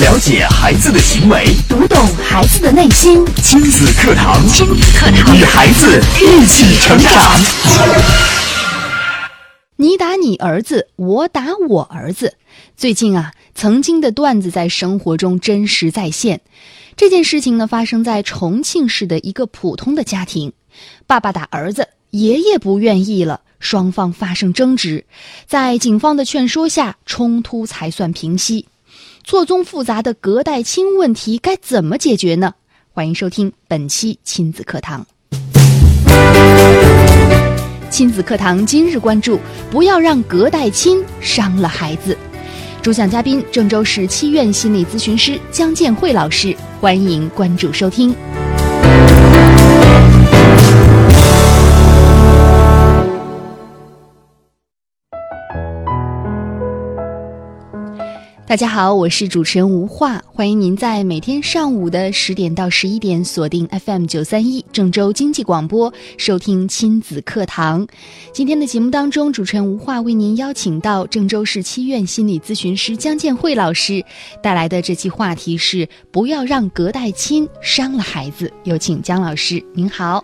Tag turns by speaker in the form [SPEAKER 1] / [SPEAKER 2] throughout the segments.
[SPEAKER 1] 了解孩子的行为，
[SPEAKER 2] 读懂孩子的内心。
[SPEAKER 1] 亲子课堂，
[SPEAKER 2] 亲子课堂，
[SPEAKER 1] 与孩子一起成长。
[SPEAKER 3] 你打你儿子，我打我儿子。最近啊，曾经的段子在生活中真实再现。这件事情呢，发生在重庆市的一个普通的家庭，爸爸打儿子，爷爷不愿意了，双方发生争执，在警方的劝说下，冲突才算平息。错综复杂的隔代亲问题该怎么解决呢？欢迎收听本期亲子课堂。亲子课堂今日关注：不要让隔代亲伤了孩子。主讲嘉宾：郑州市七院心理咨询师江建慧老师。欢迎关注收听。大家好，我是主持人吴化，欢迎您在每天上午的十点到十一点锁定 FM 九三一郑州经济广播收听亲子课堂。今天的节目当中，主持人吴化为您邀请到郑州市七院心理咨询师江建慧老师带来的这期话题是“不要让隔代亲伤了孩子”。有请江老师，您好。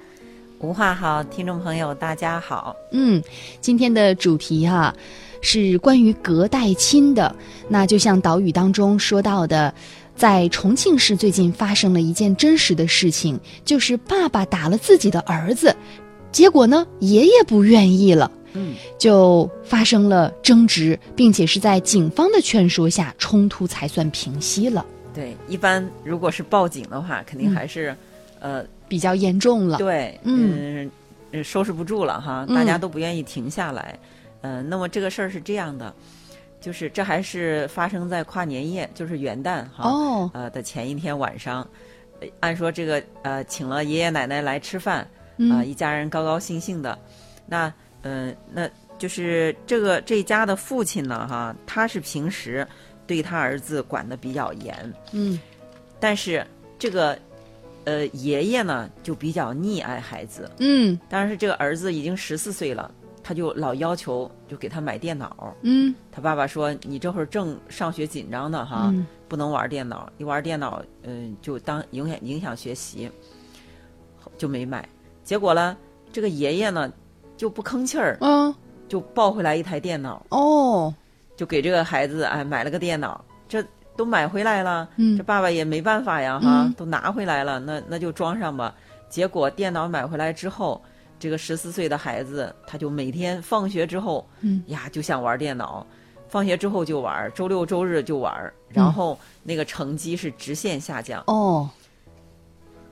[SPEAKER 4] 吴话好，听众朋友大家好。
[SPEAKER 3] 嗯，今天的主题哈、是关于隔代亲的。那就像岛屿当中说到的，在重庆市最近发生了一件真实的事情，就是爸爸打了自己的儿子，结果呢，爷爷不愿意了。
[SPEAKER 4] 嗯，
[SPEAKER 3] 就发生了争执，并且是在警方的劝说下，冲突才算平息了，
[SPEAKER 4] 对，一般如果是报警的话，肯定还是，
[SPEAKER 3] 比较严重了
[SPEAKER 4] 呃，。对，
[SPEAKER 3] 嗯
[SPEAKER 4] 嗯、呃收拾不住了哈，
[SPEAKER 3] 嗯
[SPEAKER 4] 大家都不愿意停下来。呃，那么这个事儿是这样的，就是这还是发生在跨年夜，就是元旦哈，
[SPEAKER 3] 哦，
[SPEAKER 4] 呃的前一天晚上。呃按说这个呃，请了爷爷奶奶来吃饭，啊、
[SPEAKER 3] 嗯
[SPEAKER 4] 一家人高高兴兴的。那呃，那就是这个这一家的父亲呢，哈，他是平时对他儿子管的比较严，
[SPEAKER 3] 嗯
[SPEAKER 4] 但是这个呃爷爷呢就比较溺爱孩子。
[SPEAKER 3] 嗯
[SPEAKER 4] 当然是这个儿子已经十四岁了，他就老要求就给他买电脑。
[SPEAKER 3] 嗯
[SPEAKER 4] 他爸爸说：“你这会儿正上学紧张呢，哈，
[SPEAKER 3] 嗯
[SPEAKER 4] 不能玩电脑，一玩电脑，嗯、就当影响影响学习，就没买。结果呢，这个爷爷呢就不吭气儿，
[SPEAKER 3] 嗯
[SPEAKER 4] 就抱回来一台电脑，
[SPEAKER 3] 哦
[SPEAKER 4] 就给这个孩子哎买了个电脑。这都买回来了，
[SPEAKER 3] 嗯
[SPEAKER 4] 这爸爸也没办法呀，哈
[SPEAKER 3] 嗯，
[SPEAKER 4] 都拿回来了，那那就装上吧。结果电脑买回来之后，这个十四岁的孩子他就每天放学之后
[SPEAKER 3] 嗯
[SPEAKER 4] 呀，就想玩电脑。放学之后就玩儿，周六周日就玩儿，
[SPEAKER 3] 嗯
[SPEAKER 4] 然后那个成绩是直线下降。
[SPEAKER 3] 哦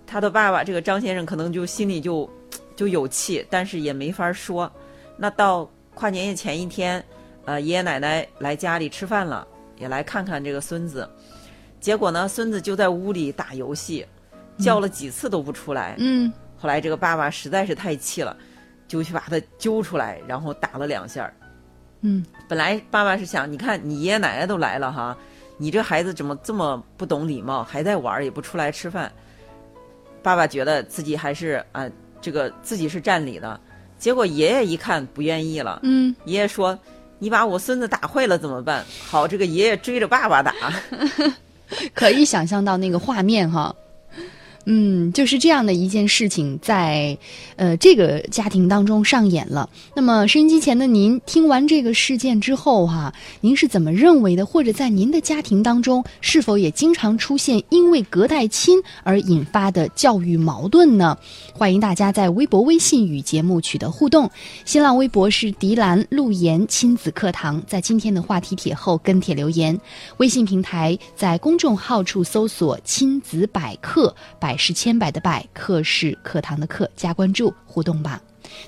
[SPEAKER 4] 他的爸爸这个张先生可能就心里就就有气，但是也没法说。那到跨年夜前一天，呃，爷爷奶奶来家里吃饭了，也来看看这个孙子。结果呢，孙子就在屋里打游戏，叫了几次都不出来。
[SPEAKER 3] 嗯
[SPEAKER 4] 后来这个爸爸实在是太气了，就去把他揪出来，然后打了两下儿。
[SPEAKER 3] 嗯
[SPEAKER 4] 本来爸爸是想，你看你爷爷奶奶都来了哈，你这孩子怎么这么不懂礼貌，还在玩儿也不出来吃饭。爸爸觉得自己还是啊、这个自己是占理的。结果爷爷一看不愿意了，
[SPEAKER 3] 嗯
[SPEAKER 4] 爷爷说：“你把我孙子打坏了怎么办？”好，这个爷爷追着 爸爸打，
[SPEAKER 3] 可以想象到那个画面哈。嗯，就是这样的一件事情在，呃，这个家庭当中上演了。那么，收音机前的您听完这个事件之后哈、您是怎么认为的？或者在您的家庭当中，是否也经常出现因为隔代亲而引发的教育矛盾呢？欢迎大家在微博、微信与节目取得互动。新浪微博是迪兰路言亲子课堂，在今天的话题帖后跟帖留言。微信平台在公众号处搜索“亲子百科”，百是千百的百，课是课堂的课，加关注互动吧。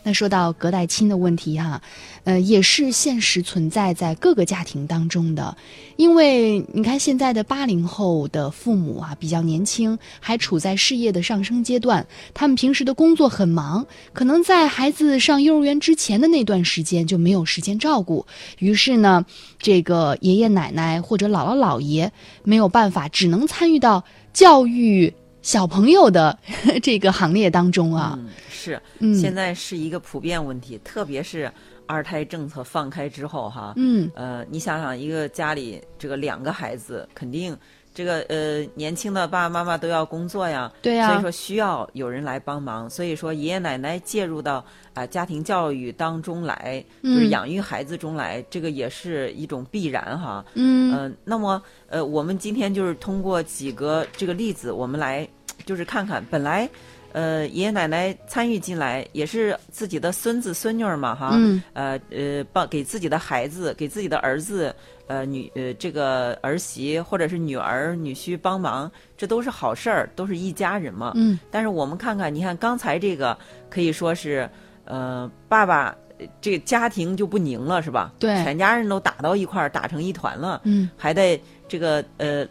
[SPEAKER 3] 那说到隔代亲的问题哈、呃，也是现实存在在各个家庭当中的，因为你看现在的八零后的父母啊，比较年轻，还处在事业的上升阶段，他们平时的工作很忙，可能在孩子上幼儿园之前的那段时间就没有时间照顾，于是呢，这个爷爷奶奶或者姥姥姥爷没有办法，只能参与到教育小朋友的 这个行列当中啊。
[SPEAKER 4] 嗯，是，
[SPEAKER 3] 嗯，
[SPEAKER 4] 现在是一个普遍问题，特别是二胎政策放开之后哈，
[SPEAKER 3] 嗯
[SPEAKER 4] 呃，你想想，一个家里这个两个孩子，肯定这个呃年轻的爸爸妈妈都要工作呀，
[SPEAKER 3] 对啊呀
[SPEAKER 4] 所以说需要有人来帮忙。所以说爷爷奶奶介入到啊、家庭教育当中来，就
[SPEAKER 3] 嗯
[SPEAKER 4] 是养育孩子中来，这个也是一种必然哈。
[SPEAKER 3] 嗯
[SPEAKER 4] 嗯、那么呃，我们今天就是通过几个这个例子，我们来就是看看，本来呃爷爷奶奶参与进来也是自己的孙子孙女儿嘛哈，
[SPEAKER 3] 嗯
[SPEAKER 4] 呃呃帮给自己的孩子、给自己的儿子、呃女呃这个儿媳或者是女儿女婿帮忙，这都是好事儿，都是一家人嘛。
[SPEAKER 3] 嗯
[SPEAKER 4] 但是我们看看，你看刚才这个可以说是，呃，爸爸呃这个家庭就不宁了，是吧？
[SPEAKER 3] 对
[SPEAKER 4] 全家人都打到一块儿，打成一团了，
[SPEAKER 3] 嗯
[SPEAKER 4] 还得这个呃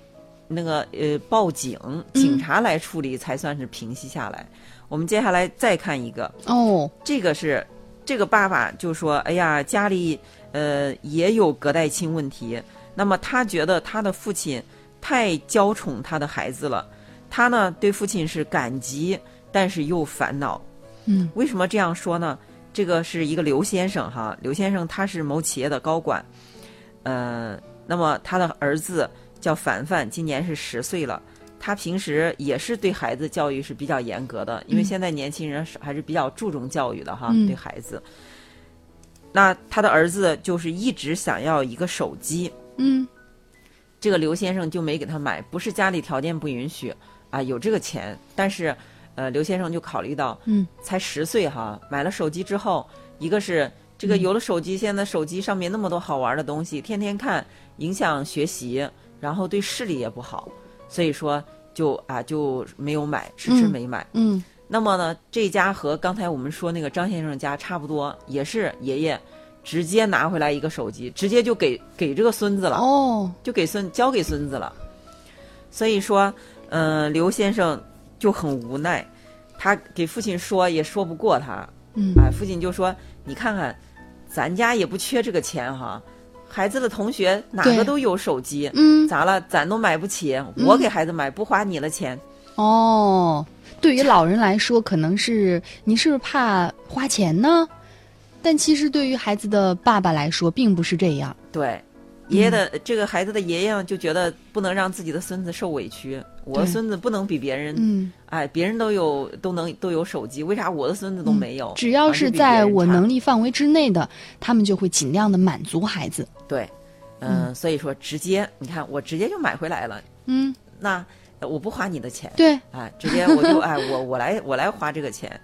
[SPEAKER 4] 那个呃报警，
[SPEAKER 3] 嗯
[SPEAKER 4] 警察来处理才算是平息下来。我们接下来再看一个，
[SPEAKER 3] 哦
[SPEAKER 4] 这个是这个爸爸就说：“哎呀，家里呃也有隔代亲问题。”那么他觉得他的父亲太娇宠他的孩子了，他呢对父亲是感激，但是又烦恼。
[SPEAKER 3] 嗯
[SPEAKER 4] 为什么这样说呢？这个是一个刘先生哈，刘先生他是某企业的高管，呃，那么他的儿子叫凡凡，今年是十岁了。他平时也是对孩子教育是比较严格的，因
[SPEAKER 3] 嗯
[SPEAKER 4] 为现在年轻人是还是比较注重教育的哈，
[SPEAKER 3] 嗯
[SPEAKER 4] 对孩子。那他的儿子就是一直想要一个手机，
[SPEAKER 3] 嗯
[SPEAKER 4] 这个刘先生就没给他买，不是家里条件不允许啊，有这个钱，但是呃，刘先生就考虑到
[SPEAKER 3] 嗯
[SPEAKER 4] 才十岁哈，买了手机之后，一个是这
[SPEAKER 3] 嗯
[SPEAKER 4] 个有了手机，现在手机上面那么多好玩的东西，天天看影响学习，然后对视力也不好，所以说就啊就没有买，迟迟
[SPEAKER 3] 嗯
[SPEAKER 4] 没买。
[SPEAKER 3] 嗯
[SPEAKER 4] 那么呢，这家和刚才我们说那个张先生家差不多，也是爷爷直接拿回来一个手机，直接就给给这个孙子了。
[SPEAKER 3] 哦
[SPEAKER 4] 就给孙交给孙子了。所以说，呃，刘先生就很无奈，他给父亲说也说不过他，
[SPEAKER 3] 嗯
[SPEAKER 4] 哎，父亲就说：“你看看，咱家也不缺这个钱哈，孩子的同学哪
[SPEAKER 3] 对
[SPEAKER 4] 个都有手机，
[SPEAKER 3] 嗯
[SPEAKER 4] 咋了？咱都买不起，我给孩子买，不花你的钱。
[SPEAKER 3] 哦，对于老人来说，可能是您是不是怕花钱呢？但其实对于孩子的爸爸来说，并不是这样。
[SPEAKER 4] 对，爷爷
[SPEAKER 3] 嗯
[SPEAKER 4] 的、这个孩子的爷爷就觉得不能让自己的孙子受委屈，我的
[SPEAKER 3] 对
[SPEAKER 4] 孙子不能比别人
[SPEAKER 3] 嗯，
[SPEAKER 4] 哎，别人都有都能都有手机，为啥我的孙子都没有？
[SPEAKER 3] 嗯只要
[SPEAKER 4] 哦还
[SPEAKER 3] 是
[SPEAKER 4] 是比别人
[SPEAKER 3] 在我
[SPEAKER 4] 差
[SPEAKER 3] 能力范围之内的，他们就会尽量的满足孩子。
[SPEAKER 4] 对，嗯，所以说直接你看我直接就买回来了，
[SPEAKER 3] 嗯，
[SPEAKER 4] 那呃我不花你的钱，
[SPEAKER 3] 对，
[SPEAKER 4] 哎，直接我就哎我我来我来花这个钱，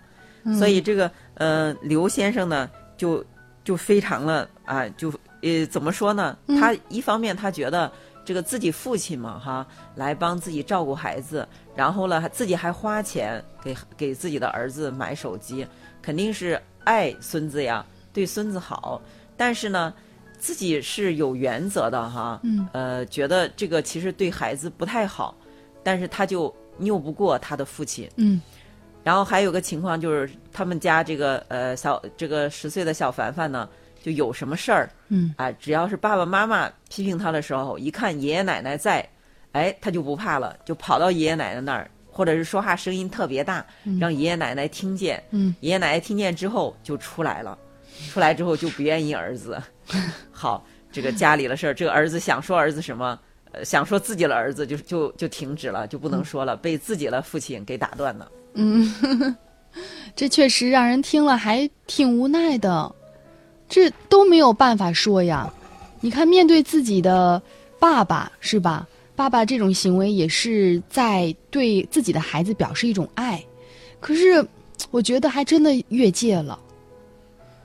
[SPEAKER 4] 所以这个呃刘先生呢就就非常了啊、就呃怎么说呢？他一方面他觉得。这个自己父亲嘛，哈，来帮自己照顾孩子，然后呢，还自己还花钱给给自己的儿子买手机，肯定是爱孙子呀，对孙子好。但是呢，自己是有原则的哈，
[SPEAKER 3] 嗯，
[SPEAKER 4] 呃，觉得这个其实对孩子不太好，但是他就拗不过他的父亲。
[SPEAKER 3] 嗯
[SPEAKER 4] 然后还有个情况就是，他们家这个呃小这个十岁的小凡凡呢，就有什么事儿
[SPEAKER 3] 嗯
[SPEAKER 4] 啊、只要是爸爸妈妈批评他的时候，一看爷爷奶奶在，哎，他就不怕了，就跑到爷爷奶奶那儿，或者是说话声音特别大，让爷爷奶奶听见。
[SPEAKER 3] 嗯
[SPEAKER 4] 爷爷奶奶听见之后就出来了，出来之后就不愿意儿 子。好，这个家里的事儿，这个儿子想说儿子什么，呃，想说自己的儿子就就就停止了，就不能说了，被自己的父亲给打断了。
[SPEAKER 3] 嗯，这确实让人听了还挺无奈的，这都没有办法说呀。你看，面对自己的爸爸是吧？爸爸这种行为也是在对自己的孩子表示一种爱，可是我觉得还真的越界了。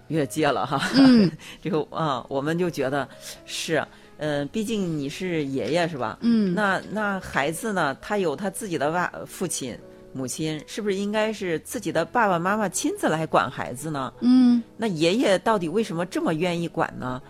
[SPEAKER 4] 越界了哈，
[SPEAKER 3] 嗯
[SPEAKER 4] 这个啊，我们就觉得是，嗯、毕竟你是爷爷是吧？
[SPEAKER 3] 嗯
[SPEAKER 4] 那那孩子呢，他有他自己的爸父亲、母亲，是不是应该是自己的爸爸妈妈亲自来管孩子呢？
[SPEAKER 3] 嗯
[SPEAKER 4] 那爷爷到底为什么这么愿意管呢？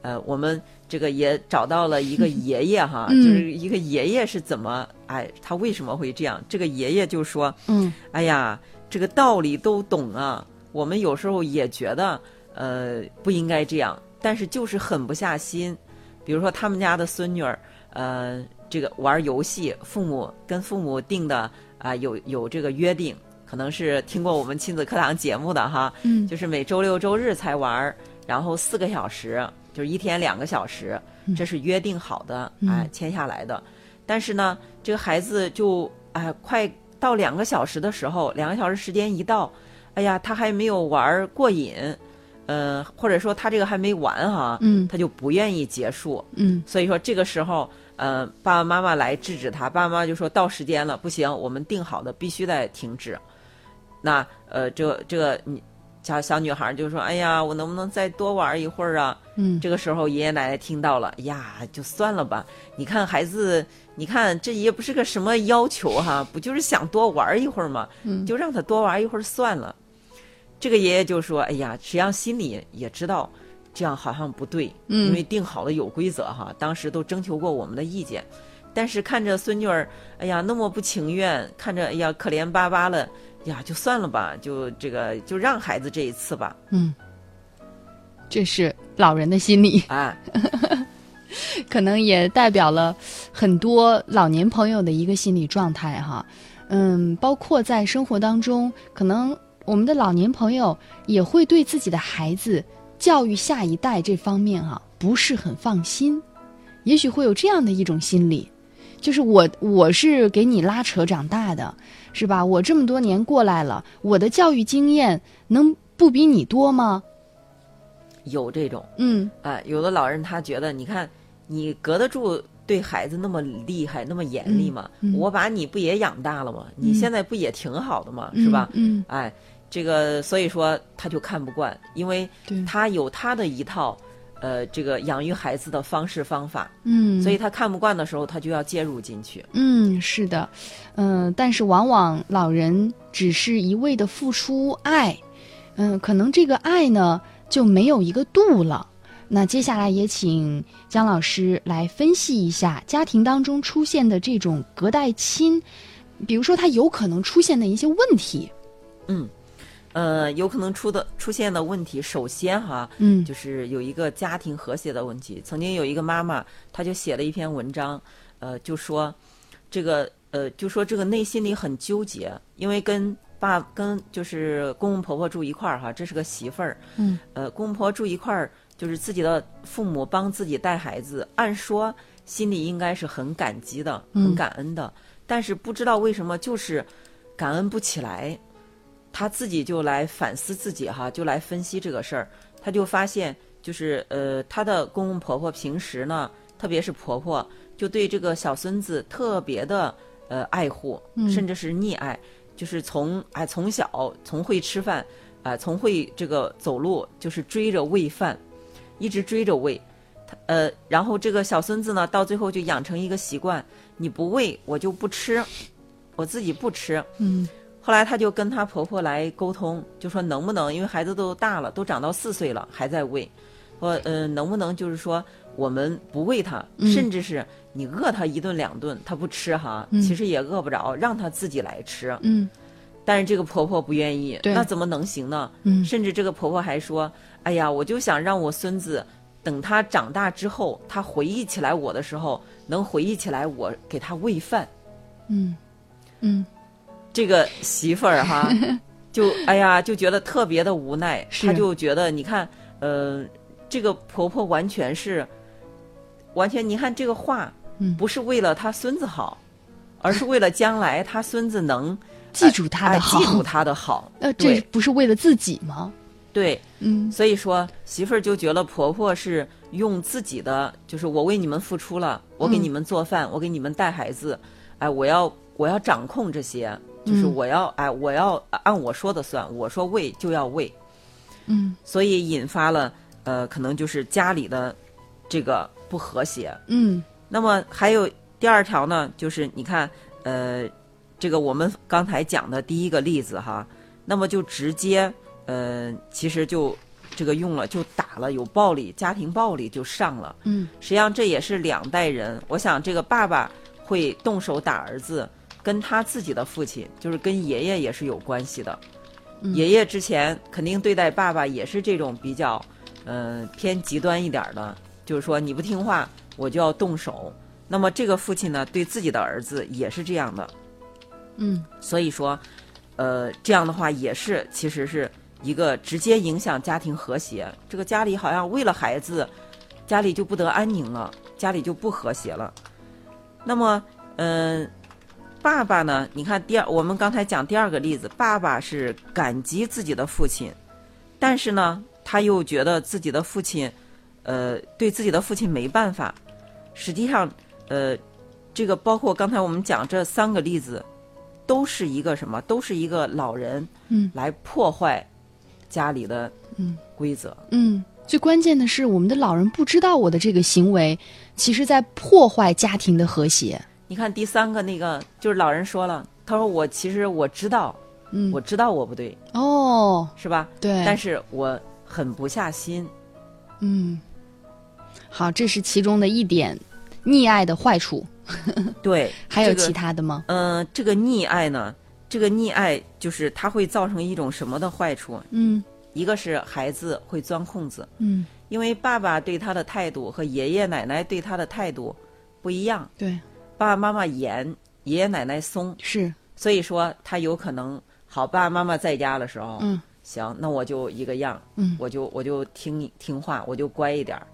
[SPEAKER 4] 呃，我们这个也找到了一个爷爷哈，
[SPEAKER 3] 嗯
[SPEAKER 4] 就是一个爷爷是怎么哎，他为什么会这样？这个爷爷就说，
[SPEAKER 3] 嗯
[SPEAKER 4] 哎呀，这个道理都懂啊，我们有时候也觉得呃不应该这样，但是就是狠不下心。比如说他们家的孙女儿，呃，这个玩游戏，父母跟父母定的啊、有有这个约定，可能是听过我们亲子课堂节目的哈，
[SPEAKER 3] 嗯
[SPEAKER 4] 就是每周六周日才玩儿，然后四个小时，就是一天两个小时，这是约定好的，哎，签下来的。但是呢，这个孩子就哎、快到两个小时的时候，两个小时时间一到，哎呀，他还没有玩儿过瘾，呃，或者说他这个还没完哈、
[SPEAKER 3] 嗯
[SPEAKER 4] 他就不愿意结束，
[SPEAKER 3] 嗯
[SPEAKER 4] 所以说这个时候，呃，爸爸妈妈来制止他，爸爸妈妈就说到时间了，不行，我们定好的必须得停止。那呃，这个这个你小小女孩就说：“哎呀，我能不能再多玩一会儿啊？”
[SPEAKER 3] 嗯
[SPEAKER 4] 这个时候，爷爷奶奶听到了，呀，就算了吧。你看孩子，你看这也不是个什么要求哈，不就是想多玩一会儿嘛，
[SPEAKER 3] 嗯
[SPEAKER 4] 就让他多玩一会儿算了。这个爷爷就说：“哎呀，实际上心里也知道，这样好像不对，
[SPEAKER 3] 嗯
[SPEAKER 4] 因为定好了有规则哈，当时都征求过我们的意见，但是看着孙女儿，哎呀，那么不情愿，看着哎呀可怜巴巴了，呀，就算了吧，就这个就让孩子这一次吧，
[SPEAKER 3] 嗯，这是老人的心理，
[SPEAKER 4] 哎，
[SPEAKER 3] 可能也代表了很多老年朋友的一个心理状态哈。嗯，包括在生活当中，可能我们的老年朋友也会对自己的孩子教育下一代这方面哈、不是很放心，也许会有这样的一种心理，就是我我是给你拉扯长大的，是吧？我这么多年过来了，我的教育经验能不比你多吗？
[SPEAKER 4] 有这种。”
[SPEAKER 3] 嗯
[SPEAKER 4] 啊，有的老人他觉得，你看你隔得住对孩子那么厉害、那么严厉吗？
[SPEAKER 3] 嗯嗯
[SPEAKER 4] 我把你不也养大了吗？
[SPEAKER 3] 嗯
[SPEAKER 4] 你现在不也挺好的吗？是吧？
[SPEAKER 3] 嗯，
[SPEAKER 4] 哎，这个所以说他就看不惯，因为
[SPEAKER 3] 对
[SPEAKER 4] 他有他的一套。呃，这个养育孩子的方式方法，
[SPEAKER 3] 嗯，
[SPEAKER 4] 所以他看不惯的时候，他就要介入进去。
[SPEAKER 3] 嗯，是的，嗯、但是往往老人只是一味的付出爱，嗯、可能这个爱呢就没有一个度了。那接下来也请姜老师来分析一下家庭当中出现的这种隔代亲，比如说他有可能出现的一些问题。
[SPEAKER 4] 呃，有可能出的出现的问题，首先哈，
[SPEAKER 3] 嗯
[SPEAKER 4] 就是有一个家庭和谐的问题。曾经有一个妈妈，她就写了一篇文章，呃，就说这个呃，就说这个内心里很纠结，因为跟爸跟就是公公婆婆住一块儿哈，这是个媳妇儿，
[SPEAKER 3] 嗯，
[SPEAKER 4] 呃，公公婆住一块儿，就是自己的父母帮自己带孩子，按说心里应该是很感激的，
[SPEAKER 3] 嗯
[SPEAKER 4] 很感恩的，但是不知道为什么就是感恩不起来。他自己就来反思自己哈，就来分析这个事儿，他就发现就是呃，他的公公婆婆平时呢，特别是婆婆，就对这个小孙子特别的呃爱护，甚至是溺爱，就是从哎从小从会吃饭，啊、从会这个走路，就是追着喂饭，一直追着喂。他呃，然后这个小孙子呢，到最后就养成一个习惯，你不喂我就不吃，我自己不吃。
[SPEAKER 3] 嗯
[SPEAKER 4] 后来她就跟她婆婆来沟通，就说能不能，因为孩子都大了，都长到四岁了，还在喂，说呃能不能就是说我们不喂他，
[SPEAKER 3] 嗯
[SPEAKER 4] 甚至是你饿他一顿两顿，他不吃哈，
[SPEAKER 3] 嗯
[SPEAKER 4] 其实也饿不着，让他自己来吃。
[SPEAKER 3] 嗯
[SPEAKER 4] 但是这个婆婆不愿意，
[SPEAKER 3] 对
[SPEAKER 4] 那怎么能行呢？
[SPEAKER 3] 嗯
[SPEAKER 4] 甚至这个婆婆还说：“哎呀，我就想让我孙子等他长大之后，他回忆起来我的时候，能回忆起来我给他喂饭。”
[SPEAKER 3] 嗯嗯，
[SPEAKER 4] 这个媳妇 儿哈，就哎呀，就觉得特别的无奈，
[SPEAKER 3] 是
[SPEAKER 4] 她就觉得你看，呃，这个婆婆完全是，完全你看这个话
[SPEAKER 3] 嗯，
[SPEAKER 4] 不是为了她孙子好，而是为了将来她孙子能
[SPEAKER 3] 记住他的
[SPEAKER 4] 哎
[SPEAKER 3] 好，
[SPEAKER 4] 记住她的好。
[SPEAKER 3] 呃，这
[SPEAKER 4] 对
[SPEAKER 3] 不是为了自己吗？
[SPEAKER 4] 对，
[SPEAKER 3] 嗯
[SPEAKER 4] 所以说媳妇儿就觉得婆婆是用自己的，就是我为你们付出了，我给
[SPEAKER 3] 嗯
[SPEAKER 4] 你们做饭，我给你们带孩子，哎，我要我要掌控这些，就是
[SPEAKER 3] 嗯
[SPEAKER 4] 我要哎，我要按我说的算，我说喂就要喂，
[SPEAKER 3] 嗯
[SPEAKER 4] 所以引发了呃，可能就是家里的这个不和谐。
[SPEAKER 3] 嗯
[SPEAKER 4] 那么还有第二条呢，就是你看，呃，这个我们刚才讲的第一个例子哈，那么就直接，呃，其实就这个用了就打了，有暴力，家庭暴力就上了。
[SPEAKER 3] 嗯
[SPEAKER 4] 实际上这也是两代人，我想这个爸爸会动手打儿子，跟他自己的父亲，就是跟爷爷也是有关系的。爷爷之前肯定对待爸爸也是这种比较，呃，偏极端一点儿的，就是说你不听话，我就要动手。那么这个父亲呢，对自己的儿子也是这样的，
[SPEAKER 3] 嗯
[SPEAKER 4] 所以说，呃，这样的话也是其实是一个直接影响家庭和谐。这个家里好像为了孩子，家里就不得安宁了，家里就不和谐了。那么嗯，爸爸呢？你看第二，我们刚才讲第二个例子，爸爸是感激自己的父亲，但是呢，他又觉得自己的父亲，呃，对自己的父亲没办法。实际上，呃，这个包括刚才我们讲这三个例子，都是一个什么？都是一个老人，
[SPEAKER 3] 嗯，
[SPEAKER 4] 来破坏家里的
[SPEAKER 3] 嗯
[SPEAKER 4] 规则。
[SPEAKER 3] 嗯，最关键的是，我们的老人不知道我的这个行为，其实在破坏家庭的和谐。
[SPEAKER 4] 你看第三个那个，就是老人说了，他说我其实我知道，
[SPEAKER 3] 嗯
[SPEAKER 4] 我，知道我不对，
[SPEAKER 3] 哦，
[SPEAKER 4] 是吧？
[SPEAKER 3] 对，
[SPEAKER 4] 但是我狠不下心。
[SPEAKER 3] 嗯，好，这是其中的一点，溺爱的坏处，
[SPEAKER 4] 对，
[SPEAKER 3] 还有
[SPEAKER 4] 这个
[SPEAKER 3] 其他的吗？
[SPEAKER 4] 嗯、这个溺爱呢，这个溺爱就是它会造成一种什么的坏处？
[SPEAKER 3] 嗯
[SPEAKER 4] 一个是孩子会钻空子，
[SPEAKER 3] 嗯，
[SPEAKER 4] 因为爸爸对他的态度和爷爷奶奶对他的态度不一样，
[SPEAKER 3] 对，
[SPEAKER 4] 爸爸妈妈严，爷爷奶奶松，
[SPEAKER 3] 是，
[SPEAKER 4] 所以说他有可能好，爸爸妈妈在家的时候，
[SPEAKER 3] 嗯
[SPEAKER 4] 行，那我就一个样，
[SPEAKER 3] 嗯
[SPEAKER 4] 我就我就听你听话，我就乖一点儿。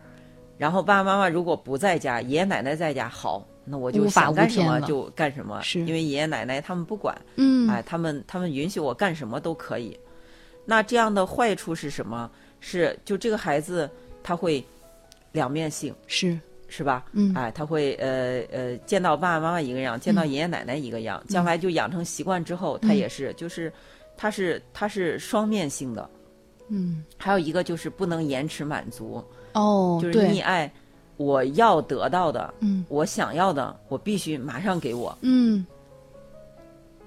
[SPEAKER 4] 然后爸爸妈妈如果不在家，爷爷奶奶在家，好，那我就
[SPEAKER 3] 无法
[SPEAKER 4] 想干
[SPEAKER 3] 无
[SPEAKER 4] 什
[SPEAKER 3] 天
[SPEAKER 4] 么
[SPEAKER 3] 了
[SPEAKER 4] 就干什么，
[SPEAKER 3] 是
[SPEAKER 4] 因为爷爷奶奶他们不管，
[SPEAKER 3] 嗯，
[SPEAKER 4] 哎，他们他们允许我干什么都可以。那这样的坏处是什么？是就这个孩子他会两面性，
[SPEAKER 3] 是，
[SPEAKER 4] 是吧？
[SPEAKER 3] 嗯
[SPEAKER 4] 哎，他会呃呃见到爸爸妈妈一个样，见到爷爷奶奶一个样，
[SPEAKER 3] 嗯
[SPEAKER 4] 将来就养成习惯之后，他也是就是他是他是双面性的。
[SPEAKER 3] 嗯，
[SPEAKER 4] 还有一个就是不能延迟满足，
[SPEAKER 3] 哦，
[SPEAKER 4] 就是
[SPEAKER 3] 对，
[SPEAKER 4] 溺爱，我要得到的，
[SPEAKER 3] 嗯
[SPEAKER 4] 我想要的，我必须马上给我。
[SPEAKER 3] 嗯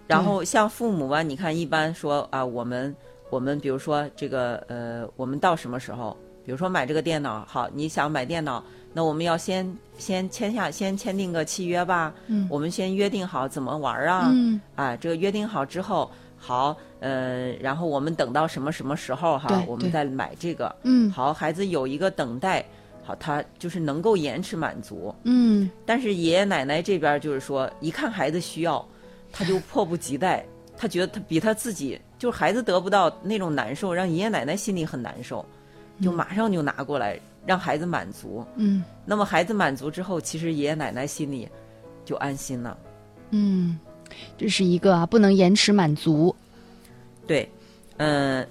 [SPEAKER 4] 然后像父母啊，你看一般说啊，我们我们比如说这个呃，我们到什么时候，比如说买这个电脑，好，你想买电脑，那我们要先先签下先签订个契约吧，
[SPEAKER 3] 嗯
[SPEAKER 4] 我们先约定好怎么玩儿啊，
[SPEAKER 3] 嗯，
[SPEAKER 4] 啊，这个约定好之后，好，呃，然后我们等到什么什么时候哈
[SPEAKER 3] 对，
[SPEAKER 4] 我
[SPEAKER 3] 对
[SPEAKER 4] 们再买这个。
[SPEAKER 3] 嗯
[SPEAKER 4] 好，孩子有一个等待，好，他就是能够延迟满足。
[SPEAKER 3] 嗯，
[SPEAKER 4] 但是爷爷奶奶这边就是说，一看孩子需要，他就迫不及待，他觉得他比他自己就是孩子得不到那种难受，让爷爷奶奶心里很难受，就马上就拿过来让孩子满足。
[SPEAKER 3] 嗯
[SPEAKER 4] 那么孩子满足之后，其实爷爷奶奶心里就安心了。
[SPEAKER 3] 嗯，这是一个啊，不能延迟满足。
[SPEAKER 4] 对，嗯，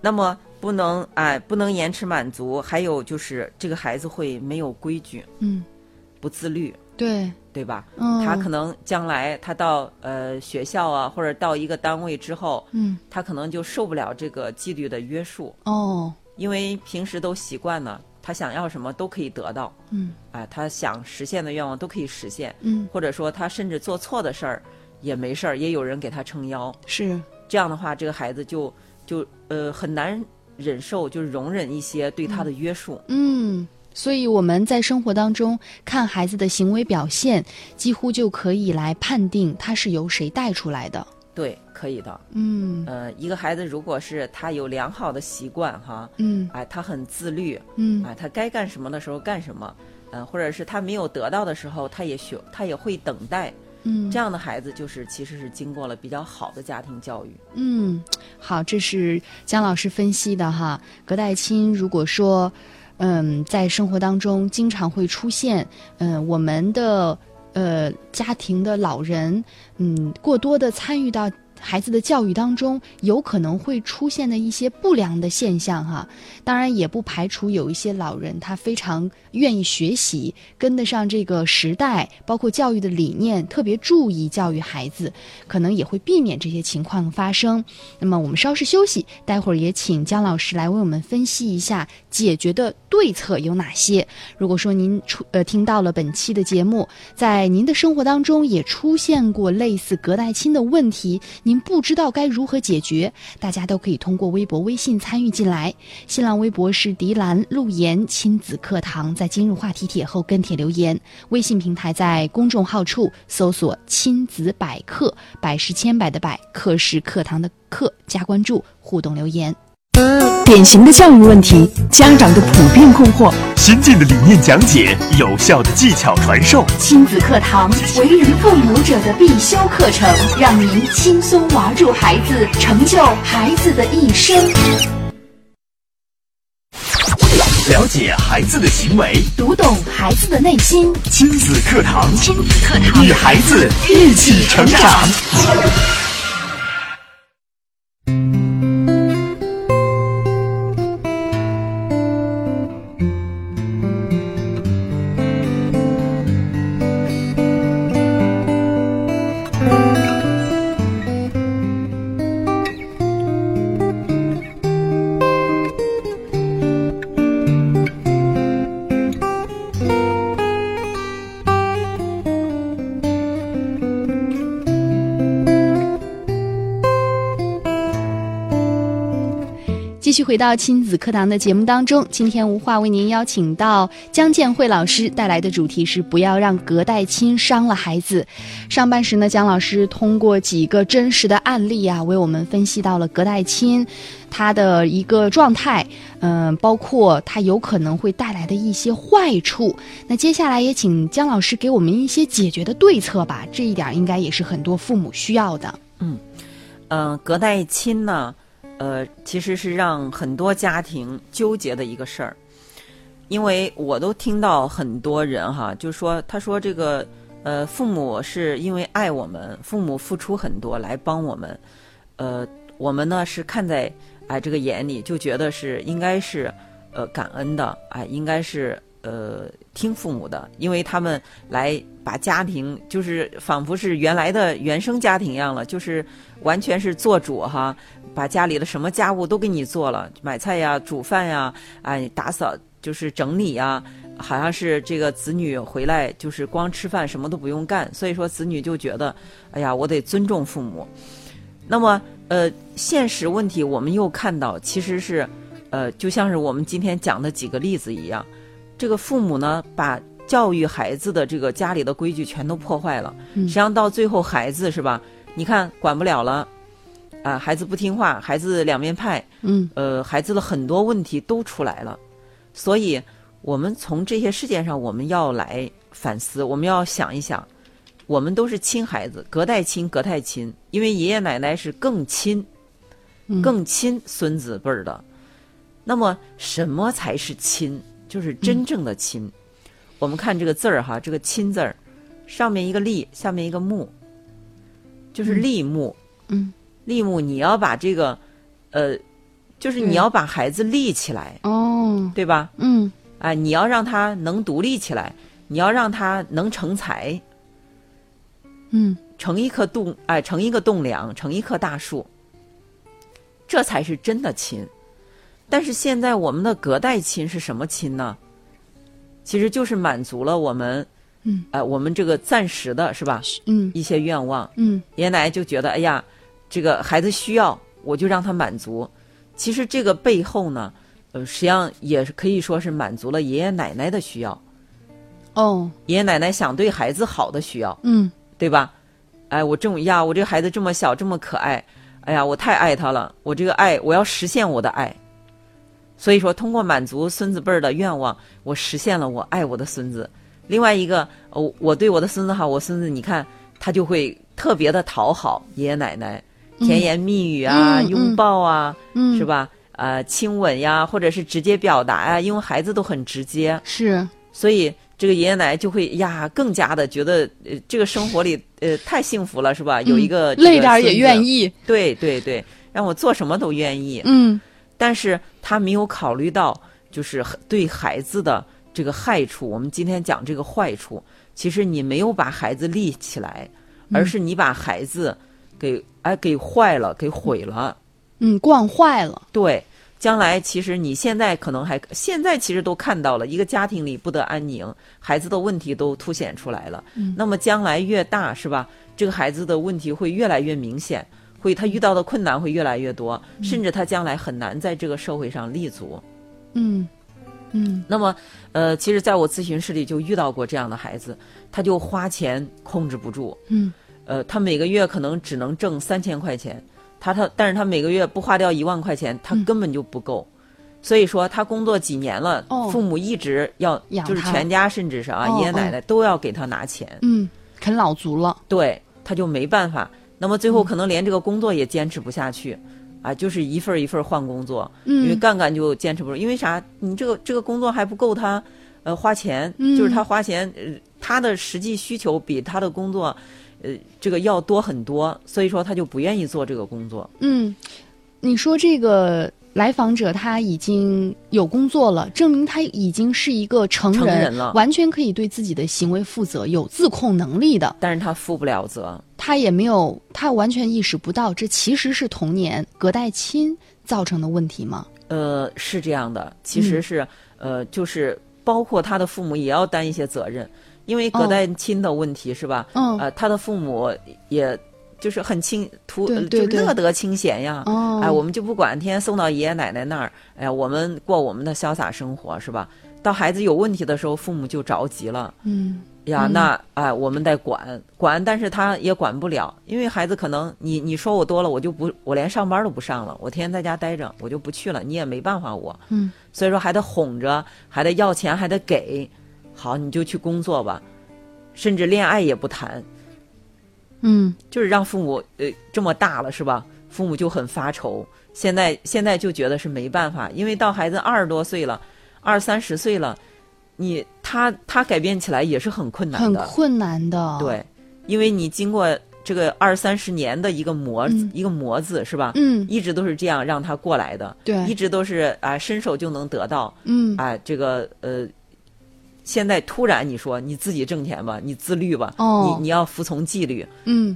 [SPEAKER 4] 那么不能哎，不能延迟满足。还有就是这个孩子会没有规矩，
[SPEAKER 3] 嗯，
[SPEAKER 4] 不自律，
[SPEAKER 3] 对，
[SPEAKER 4] 对吧？
[SPEAKER 3] 嗯，
[SPEAKER 4] 他可能将来他到呃学校啊，或者到一个单位之后，
[SPEAKER 3] 嗯
[SPEAKER 4] 他可能就受不了这个纪律的约束，
[SPEAKER 3] 哦，
[SPEAKER 4] 因为平时都习惯了，他想要什么都可以得到，
[SPEAKER 3] 嗯
[SPEAKER 4] 哎，他想实现的愿望都可以实现，
[SPEAKER 3] 嗯，
[SPEAKER 4] 或者说他甚至做错的事儿也没事儿，也有人给他撑腰。
[SPEAKER 3] 是，
[SPEAKER 4] 这样的话，这个孩子就就呃很难忍受，就容忍一些对他的约束。
[SPEAKER 3] 嗯，所以我们在生活当中看孩子的行为表现，几乎就可以来判定他是由谁带出来的。
[SPEAKER 4] 对，可以的。
[SPEAKER 3] 嗯
[SPEAKER 4] 呃，一个孩子如果是他有良好的习惯哈，
[SPEAKER 3] 嗯
[SPEAKER 4] 哎，他很自律，
[SPEAKER 3] 嗯
[SPEAKER 4] 哎，他该干什么的时候干什么，呃，或者是他没有得到的时候，他也学，他也会等待。
[SPEAKER 3] 嗯，
[SPEAKER 4] 啊这样的孩子就是其实是经过了比较好的家庭教育。
[SPEAKER 3] 嗯，好，这是姜老师分析的哈。隔代亲如果说，嗯，在生活当中经常会出现，嗯，我们的呃家庭的老人，嗯，过多的参与到孩子的教育当中，有可能会出现的一些不良的现象哈。当然，也不排除有一些老人他非常愿意学习，跟得上这个时代，包括教育的理念，特别注意教育孩子。可能也会避免这些情况发生。那么我们稍事休息，待会儿也请姜老师来为我们分析一下解决的对策有哪些。如果说您出呃听到了本期的节目，在您的生活当中也出现过类似隔代亲的问题，您不知道该如何解决，大家都可以通过微博、微信参与进来。新浪微博是迪兰路言亲子课堂，在今日话题帖后跟帖留言。微信平台在公众号处搜索“亲子百科”，百是千百的百，课是课堂的课，加关注，互动留言。
[SPEAKER 1] 典型的教育问题，家长的普遍困惑，先进的理念讲解，有效的技巧传授，
[SPEAKER 2] 亲子课堂，为人父母者的必修课程，让您轻松玩住孩子，成就孩子的一生。
[SPEAKER 1] 了解孩子的行为。
[SPEAKER 2] 读懂孩子的内心，
[SPEAKER 1] 亲子课堂，
[SPEAKER 2] 亲子课堂
[SPEAKER 1] 与孩子一起成长。
[SPEAKER 3] 继续回到亲子课堂的节目当中，今天无话为您邀请到江建慧老师带来的主题是“不要让隔代亲伤了孩子”。上班时呢，江老师通过几个真实的案例啊，为我们分析到了隔代亲他的一个状态，嗯、包括他有可能会带来的一些坏处。那接下来也请江老师给我们一些解决的对策吧，这一点应该也是很多父母需要的。
[SPEAKER 4] 嗯，隔代亲呢，呃，其实是让很多家庭纠结的一个事儿，因为我都听到很多人哈，就说他说这个呃，父母是因为爱我们，父母付出很多来帮我们，呃，我们呢是看在哎、这个眼里，就觉得是应该是呃感恩的，哎、应该是呃听父母的，因为他们来把家庭就是仿佛是原来的原生家庭一样了，就是完全是做主哈，把家里的什么家务都给你做了，买菜呀、煮饭呀、哎打扫就是整理呀，好像是这个子女回来就是光吃饭什么都不用干，所以说子女就觉得，哎呀，我得尊重父母。那么呃，现实问题我们又看到其实是，呃，就像是我们今天讲的几个例子一样，这个父母呢把。教育孩子的这个家里的规矩全都破坏了，实际上到最后孩子是吧？你看管不了了，啊、孩子不听话，孩子两面派，
[SPEAKER 3] 嗯
[SPEAKER 4] 呃，孩子的很多问题都出来了，所以我们从这些事件上，我们要来反思，我们要想一想，我们都是亲孩子，隔代亲，隔代亲，因为爷爷奶奶是更亲，
[SPEAKER 3] 嗯
[SPEAKER 4] 更亲孙子辈儿的。那么，什么才是亲？就是真正的亲。我们看这个字儿哈，这个“亲”字儿，上面一个“立”，下面一个“木”，就是立木。
[SPEAKER 3] 嗯，
[SPEAKER 4] 立木，你要把这个，呃，就是
[SPEAKER 3] 对
[SPEAKER 4] 你要把孩子立起来，
[SPEAKER 3] 哦，
[SPEAKER 4] 对吧？
[SPEAKER 3] 嗯
[SPEAKER 4] 啊，你要让他能独立起来，你要让他能成才，
[SPEAKER 3] 嗯
[SPEAKER 4] 成一棵栋，哎、成一个栋梁，成一棵大树，这才是真的亲。但是现在我们的隔代亲是什么亲呢？其实就是满足了我们，
[SPEAKER 3] 嗯，
[SPEAKER 4] 哎、我们这个暂时的是吧？
[SPEAKER 3] 嗯
[SPEAKER 4] 一些愿望，
[SPEAKER 3] 嗯
[SPEAKER 4] 爷爷奶奶就觉得，哎呀，这个孩子需要，我就让他满足。其实这个背后呢，呃，实际上也是可以说是满足了爷爷奶奶的需要，
[SPEAKER 3] 哦
[SPEAKER 4] 爷爷奶奶想对孩子好的需要，
[SPEAKER 3] 嗯
[SPEAKER 4] 对吧？哎，我这么呀，我这个孩子这么小，这么可爱，哎呀，我太爱他了，我这个爱，我要实现我的爱。所以说，通过满足孙子辈儿的愿望，我实现了我爱我的孙子。另外一个，哦，我对我的孙子好，我孙子你看他就会特别的讨好爷爷奶奶，甜言蜜语啊，
[SPEAKER 3] 嗯嗯嗯
[SPEAKER 4] 拥抱啊，
[SPEAKER 3] 嗯
[SPEAKER 4] 是吧？呃，亲吻呀，或者是直接表达呀，因为孩子都很直接。
[SPEAKER 3] 是嗯
[SPEAKER 4] 所以这个爷爷奶奶就会呀，更加的觉得呃，这个生活里呃太幸福了，是吧？有一个、
[SPEAKER 3] 嗯累点儿也愿
[SPEAKER 4] 意，
[SPEAKER 3] 意，
[SPEAKER 4] 对对对，让我做什么都愿意。
[SPEAKER 3] 嗯
[SPEAKER 4] 但是他没有考虑到，就是对孩子的这个害处。我们今天讲这个坏处，其实你没有把孩子立起来，而
[SPEAKER 3] 嗯
[SPEAKER 4] 是你把孩子给哎给坏了，给毁了。
[SPEAKER 3] 嗯，惯坏了，
[SPEAKER 4] 对，将来其实你现在可能还现在其实都看到了，一个家庭里不得安宁，孩子的问题都凸显出来了。嗯那么将来越大是吧？这个孩子的问题会越来越明显，会他遇到的困难会越来越多，甚至他将来很难在这个社会上立足。
[SPEAKER 3] 嗯嗯
[SPEAKER 4] 那么，呃，其实在我咨询室里就遇到过这样的孩子，他就花钱控制不住，
[SPEAKER 3] 嗯
[SPEAKER 4] 呃，他每个月可能只能挣三千块钱，他他，但是他每个月不花掉一万块钱，他
[SPEAKER 3] 嗯
[SPEAKER 4] 根本就不够。所以说，他工作几年了，
[SPEAKER 3] 哦
[SPEAKER 4] 父母一直要
[SPEAKER 3] 养
[SPEAKER 4] 就是
[SPEAKER 3] 他
[SPEAKER 4] 全家甚至是啊、
[SPEAKER 3] 哦
[SPEAKER 4] 爷爷奶奶都要给他拿钱，
[SPEAKER 3] 嗯，啃老族了，嗯
[SPEAKER 4] 对，他就没办法。那么最后可能连这个工作也坚持不下去，啊，就是一份儿一份儿换工作，因为
[SPEAKER 3] 嗯
[SPEAKER 4] 干干就坚持不住，因为啥？你这个这个工作还不够他，呃，花钱，
[SPEAKER 3] 嗯
[SPEAKER 4] 就是他花钱，呃，他的实际需求比他的工作，呃，这个要多很多，所以说他就不愿意做这个工作。
[SPEAKER 3] 嗯，你说这个来访者他已经有工作了，证明他已经是一个成人
[SPEAKER 4] 成人了
[SPEAKER 3] 完全可以对自己的行为负责、有自控能力的。
[SPEAKER 4] 但是他负不了责，
[SPEAKER 3] 他也没有，他完全意识不到这其实是童年隔代亲造成的问题吗？
[SPEAKER 4] 呃，是这样的，其实
[SPEAKER 3] 嗯
[SPEAKER 4] 是、呃，就是包括他的父母也要担一些责任，因为
[SPEAKER 3] 哦
[SPEAKER 4] 隔代亲的问题、是吧？
[SPEAKER 3] 嗯
[SPEAKER 4] 呃，他的父母也就是很清图，
[SPEAKER 3] 对
[SPEAKER 4] 呃
[SPEAKER 3] 对
[SPEAKER 4] 就是
[SPEAKER 3] 对
[SPEAKER 4] 乐得清闲呀。
[SPEAKER 3] 哦
[SPEAKER 4] 哎，我们就不管，天天送到爷爷奶奶那儿，哎呀，我们过我们的潇洒生活是吧？到孩子有问题的时候，父母就着急了。
[SPEAKER 3] 嗯
[SPEAKER 4] 呀，
[SPEAKER 3] 嗯
[SPEAKER 4] 那哎，我们得管管，但是他也管不了，因为孩子可能你你说我多了，我就不，我连上班都不上了，我天天在家待着，我就不去了，你也没办法我，
[SPEAKER 3] 嗯，
[SPEAKER 4] 所以说还得哄着，还得要钱，还得给，好你就去工作吧，甚至恋爱也不谈，
[SPEAKER 3] 嗯
[SPEAKER 4] 就是让父母呃这么大了是吧？父母就很发愁，现在现在就觉得是没办法，因为到孩子二十多岁了，二三十岁了，你他他改变起来也是很困难
[SPEAKER 3] 很
[SPEAKER 4] 的，
[SPEAKER 3] 困难的。，
[SPEAKER 4] 对，因为你经过这个二三十年的一个磨、
[SPEAKER 3] 嗯
[SPEAKER 4] 一个磨子是吧？
[SPEAKER 3] 嗯
[SPEAKER 4] 一直都是这样让他过来的，
[SPEAKER 3] 对
[SPEAKER 4] 一直都是啊、伸手就能得到
[SPEAKER 3] 嗯
[SPEAKER 4] 啊、这个呃，现在突然你说你自己挣钱吧，你自律吧，
[SPEAKER 3] 哦
[SPEAKER 4] 你你要服从纪律，
[SPEAKER 3] 嗯，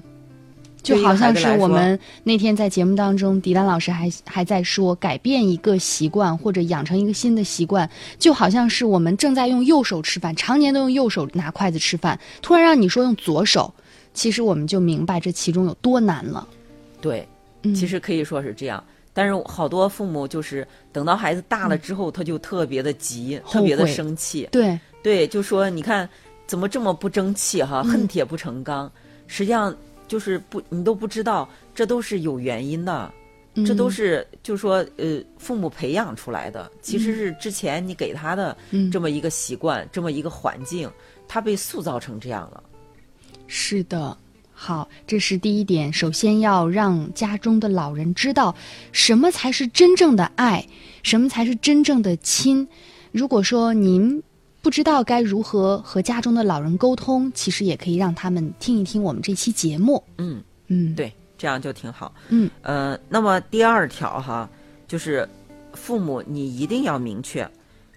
[SPEAKER 4] 对
[SPEAKER 3] 就
[SPEAKER 4] 于
[SPEAKER 3] 好
[SPEAKER 4] 孩
[SPEAKER 3] 像
[SPEAKER 4] 子
[SPEAKER 3] 是
[SPEAKER 4] 来
[SPEAKER 3] 我
[SPEAKER 4] 说
[SPEAKER 3] 们那天在节目当中，迪丹老师还还在说，改变一个习惯或者养成一个新的习惯，就好像是我们正在用右手吃饭，常年都用右手拿筷子吃饭，突然让你说用左手，其实我们就明白这其中有多难了。
[SPEAKER 4] 对，
[SPEAKER 3] 嗯，
[SPEAKER 4] 其实可以说是这样。但是好多父母就是等到孩子大了之后，他就特别的急，特
[SPEAKER 3] 嗯后
[SPEAKER 4] 别的
[SPEAKER 3] 悔
[SPEAKER 4] 生气，
[SPEAKER 3] 对，
[SPEAKER 4] 对，就说你看怎么这么不争气哈，
[SPEAKER 3] 嗯
[SPEAKER 4] 恨铁不成钢。实际上就是不，你都不知道，这都是有原因的，这都
[SPEAKER 3] 嗯
[SPEAKER 4] 是就说呃父母培养出来的，其实是之前你给他的
[SPEAKER 3] 嗯
[SPEAKER 4] 这么一个习惯，这么一个环境，他被塑造成这样了。
[SPEAKER 3] 是的，好，这是第一点。首先要让家中的老人知道，什么才是真正的爱，什么才是真正的亲。如果说您不知道该如何和家中的老人沟通，其实也可以让他们听一听我们这期节目。
[SPEAKER 4] 嗯，
[SPEAKER 3] 嗯，，
[SPEAKER 4] 对，这样就挺好。
[SPEAKER 3] 嗯，
[SPEAKER 4] 呃，那么第二条哈，就是父母你一定要明确，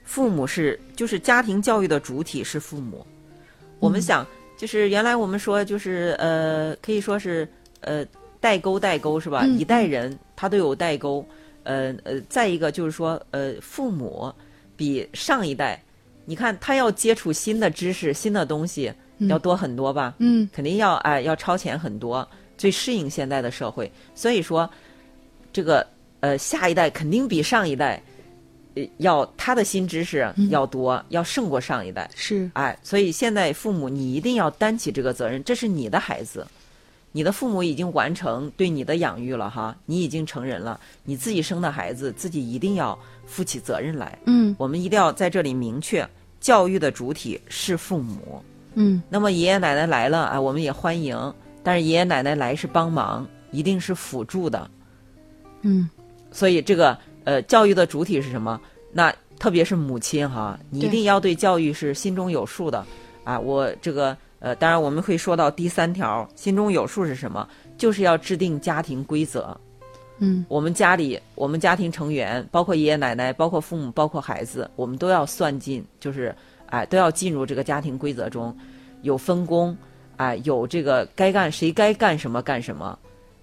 [SPEAKER 4] 父母是就是家庭教育的主体是父母。
[SPEAKER 3] 嗯
[SPEAKER 4] 我们想，就是原来我们说就是呃，可以说是呃代沟代沟是吧？
[SPEAKER 3] 嗯
[SPEAKER 4] 一代人他都有代沟。呃呃，再一个就是说呃，父母比上一代，你看他要接触新的知识、新的东西要多很多吧？
[SPEAKER 3] 嗯
[SPEAKER 4] 肯定要哎、要超前很多，最适应现在的社会。所以说，这个呃下一代肯定比上一代，呃要他的新知识要多，要胜过上一代。
[SPEAKER 3] 是，
[SPEAKER 4] 哎，所以现在父母你一定要担起这个责任，这是你的孩子，你的父母已经完成对你的养育了哈，你已经成人了，你自己生的孩子自己一定要负起责任来。
[SPEAKER 3] 嗯
[SPEAKER 4] 我们一定要在这里明确，教育的主体是父母。
[SPEAKER 3] 嗯
[SPEAKER 4] 那么爷爷奶奶来了啊，我们也欢迎，但是爷爷奶奶来是帮忙，一定是辅助的。
[SPEAKER 3] 嗯，
[SPEAKER 4] 所以这个呃，教育的主体是什么？那特别是母亲哈，你一
[SPEAKER 3] 对
[SPEAKER 4] 定要对教育是心中有数的啊。我这个呃，当然我们会说到第三条，心中有数是什么？就是要制定家庭规则。
[SPEAKER 3] 嗯
[SPEAKER 4] 我们家里，我们家庭成员，包括爷爷奶奶，包括父母，包括孩子，我们都要算进，就是哎，都要进入这个家庭规则中，有分工，哎，有这个该干谁该干什么干什么，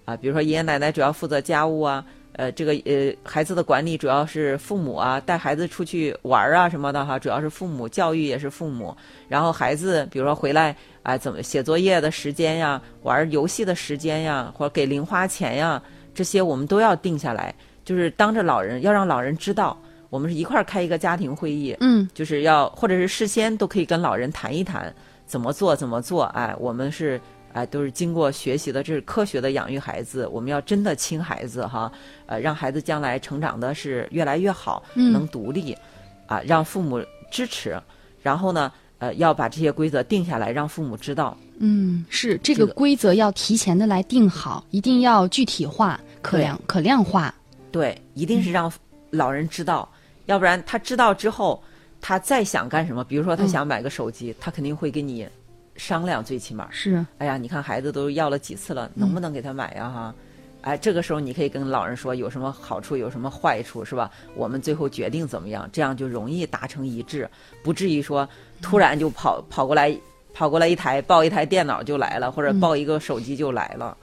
[SPEAKER 4] 啊，比如说爷爷奶奶主要负责家务啊，呃，这个呃孩子的管理主要是父母啊，带孩子出去玩儿啊什么的哈，主要是父母，教育也是父母，然后孩子比如说回来啊、怎么写作业的时间呀，玩儿游戏的时间呀，或者给零花钱呀。这些我们都要定下来，就是当着老人，要让老人知道，我们是一块儿开一个家庭会议，
[SPEAKER 3] 嗯
[SPEAKER 4] 就是要或者是事先都可以跟老人谈一谈怎么做怎么做，哎，我们是哎都是经过学习的，这是科学的养育孩子，我们要真的亲孩子哈，呃，让孩子将来成长的是越来越好，
[SPEAKER 3] 嗯
[SPEAKER 4] 能独立，啊，让父母支持，然后呢，呃，要把这些规则定下来，让父母知道，
[SPEAKER 3] 嗯，是这个
[SPEAKER 4] 个
[SPEAKER 3] 规则要提前的来定好，一定要具体化，可量可量化。
[SPEAKER 4] 对，一定是让老人知道，要不然他知道之后，他再想干什么，比如说他想买个手机，他肯定会跟你商量，最起码。
[SPEAKER 3] 是，
[SPEAKER 4] 哎呀，你看孩子都要了几次了，能不能给他买呀、哈，哎，这个时候你可以跟老人说有什么好处，有什么坏处，是吧？我们最后决定怎么样，这样就容易达成一致，不至于说突然就跑跑过来，跑过来一台抱一台电脑就来了，或者抱一个手机就来了，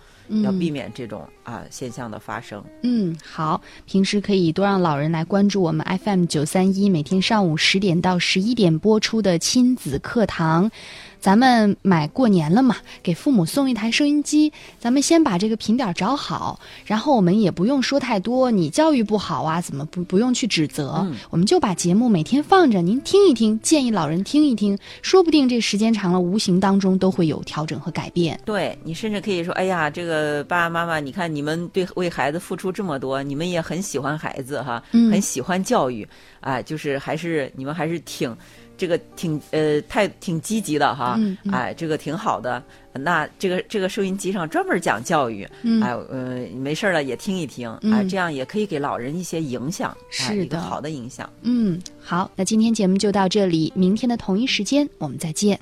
[SPEAKER 4] 要避免这种啊现象的发生。
[SPEAKER 3] 嗯，好，平时可以多让老人来关注我们 FM 九三一，每天上午十点到十一点播出的亲子课堂。咱们买过年了嘛，给父母送一台收音机，咱们先把这个频点儿找好，然后我们也不用说太多，你教育不好啊，怎么不不用去指责，我们就把节目每天放着，您听一听，建议老人听一听，说不定这时间长了，无形当中都会有调整和改变。
[SPEAKER 4] 对你甚至可以说，哎呀，这个爸爸妈妈，你看你们对为孩子付出这么多，你们也很喜欢孩子哈，
[SPEAKER 3] 嗯
[SPEAKER 4] 很喜欢教育，啊、就是还是你们还是挺呃这个挺呃太挺积极的哈，哎、
[SPEAKER 3] 嗯嗯
[SPEAKER 4] 这个挺好的。那这个这个收音机上专门讲教育，
[SPEAKER 3] 嗯
[SPEAKER 4] 哎、呃，没事儿了也听一听，啊、
[SPEAKER 3] 嗯
[SPEAKER 4] 这样也可以给老人一些影响，啊
[SPEAKER 3] 是
[SPEAKER 4] 一个
[SPEAKER 3] 的
[SPEAKER 4] 好的影响。
[SPEAKER 3] 嗯，好，那今天节目就到这里，明天的同一时间我们再见。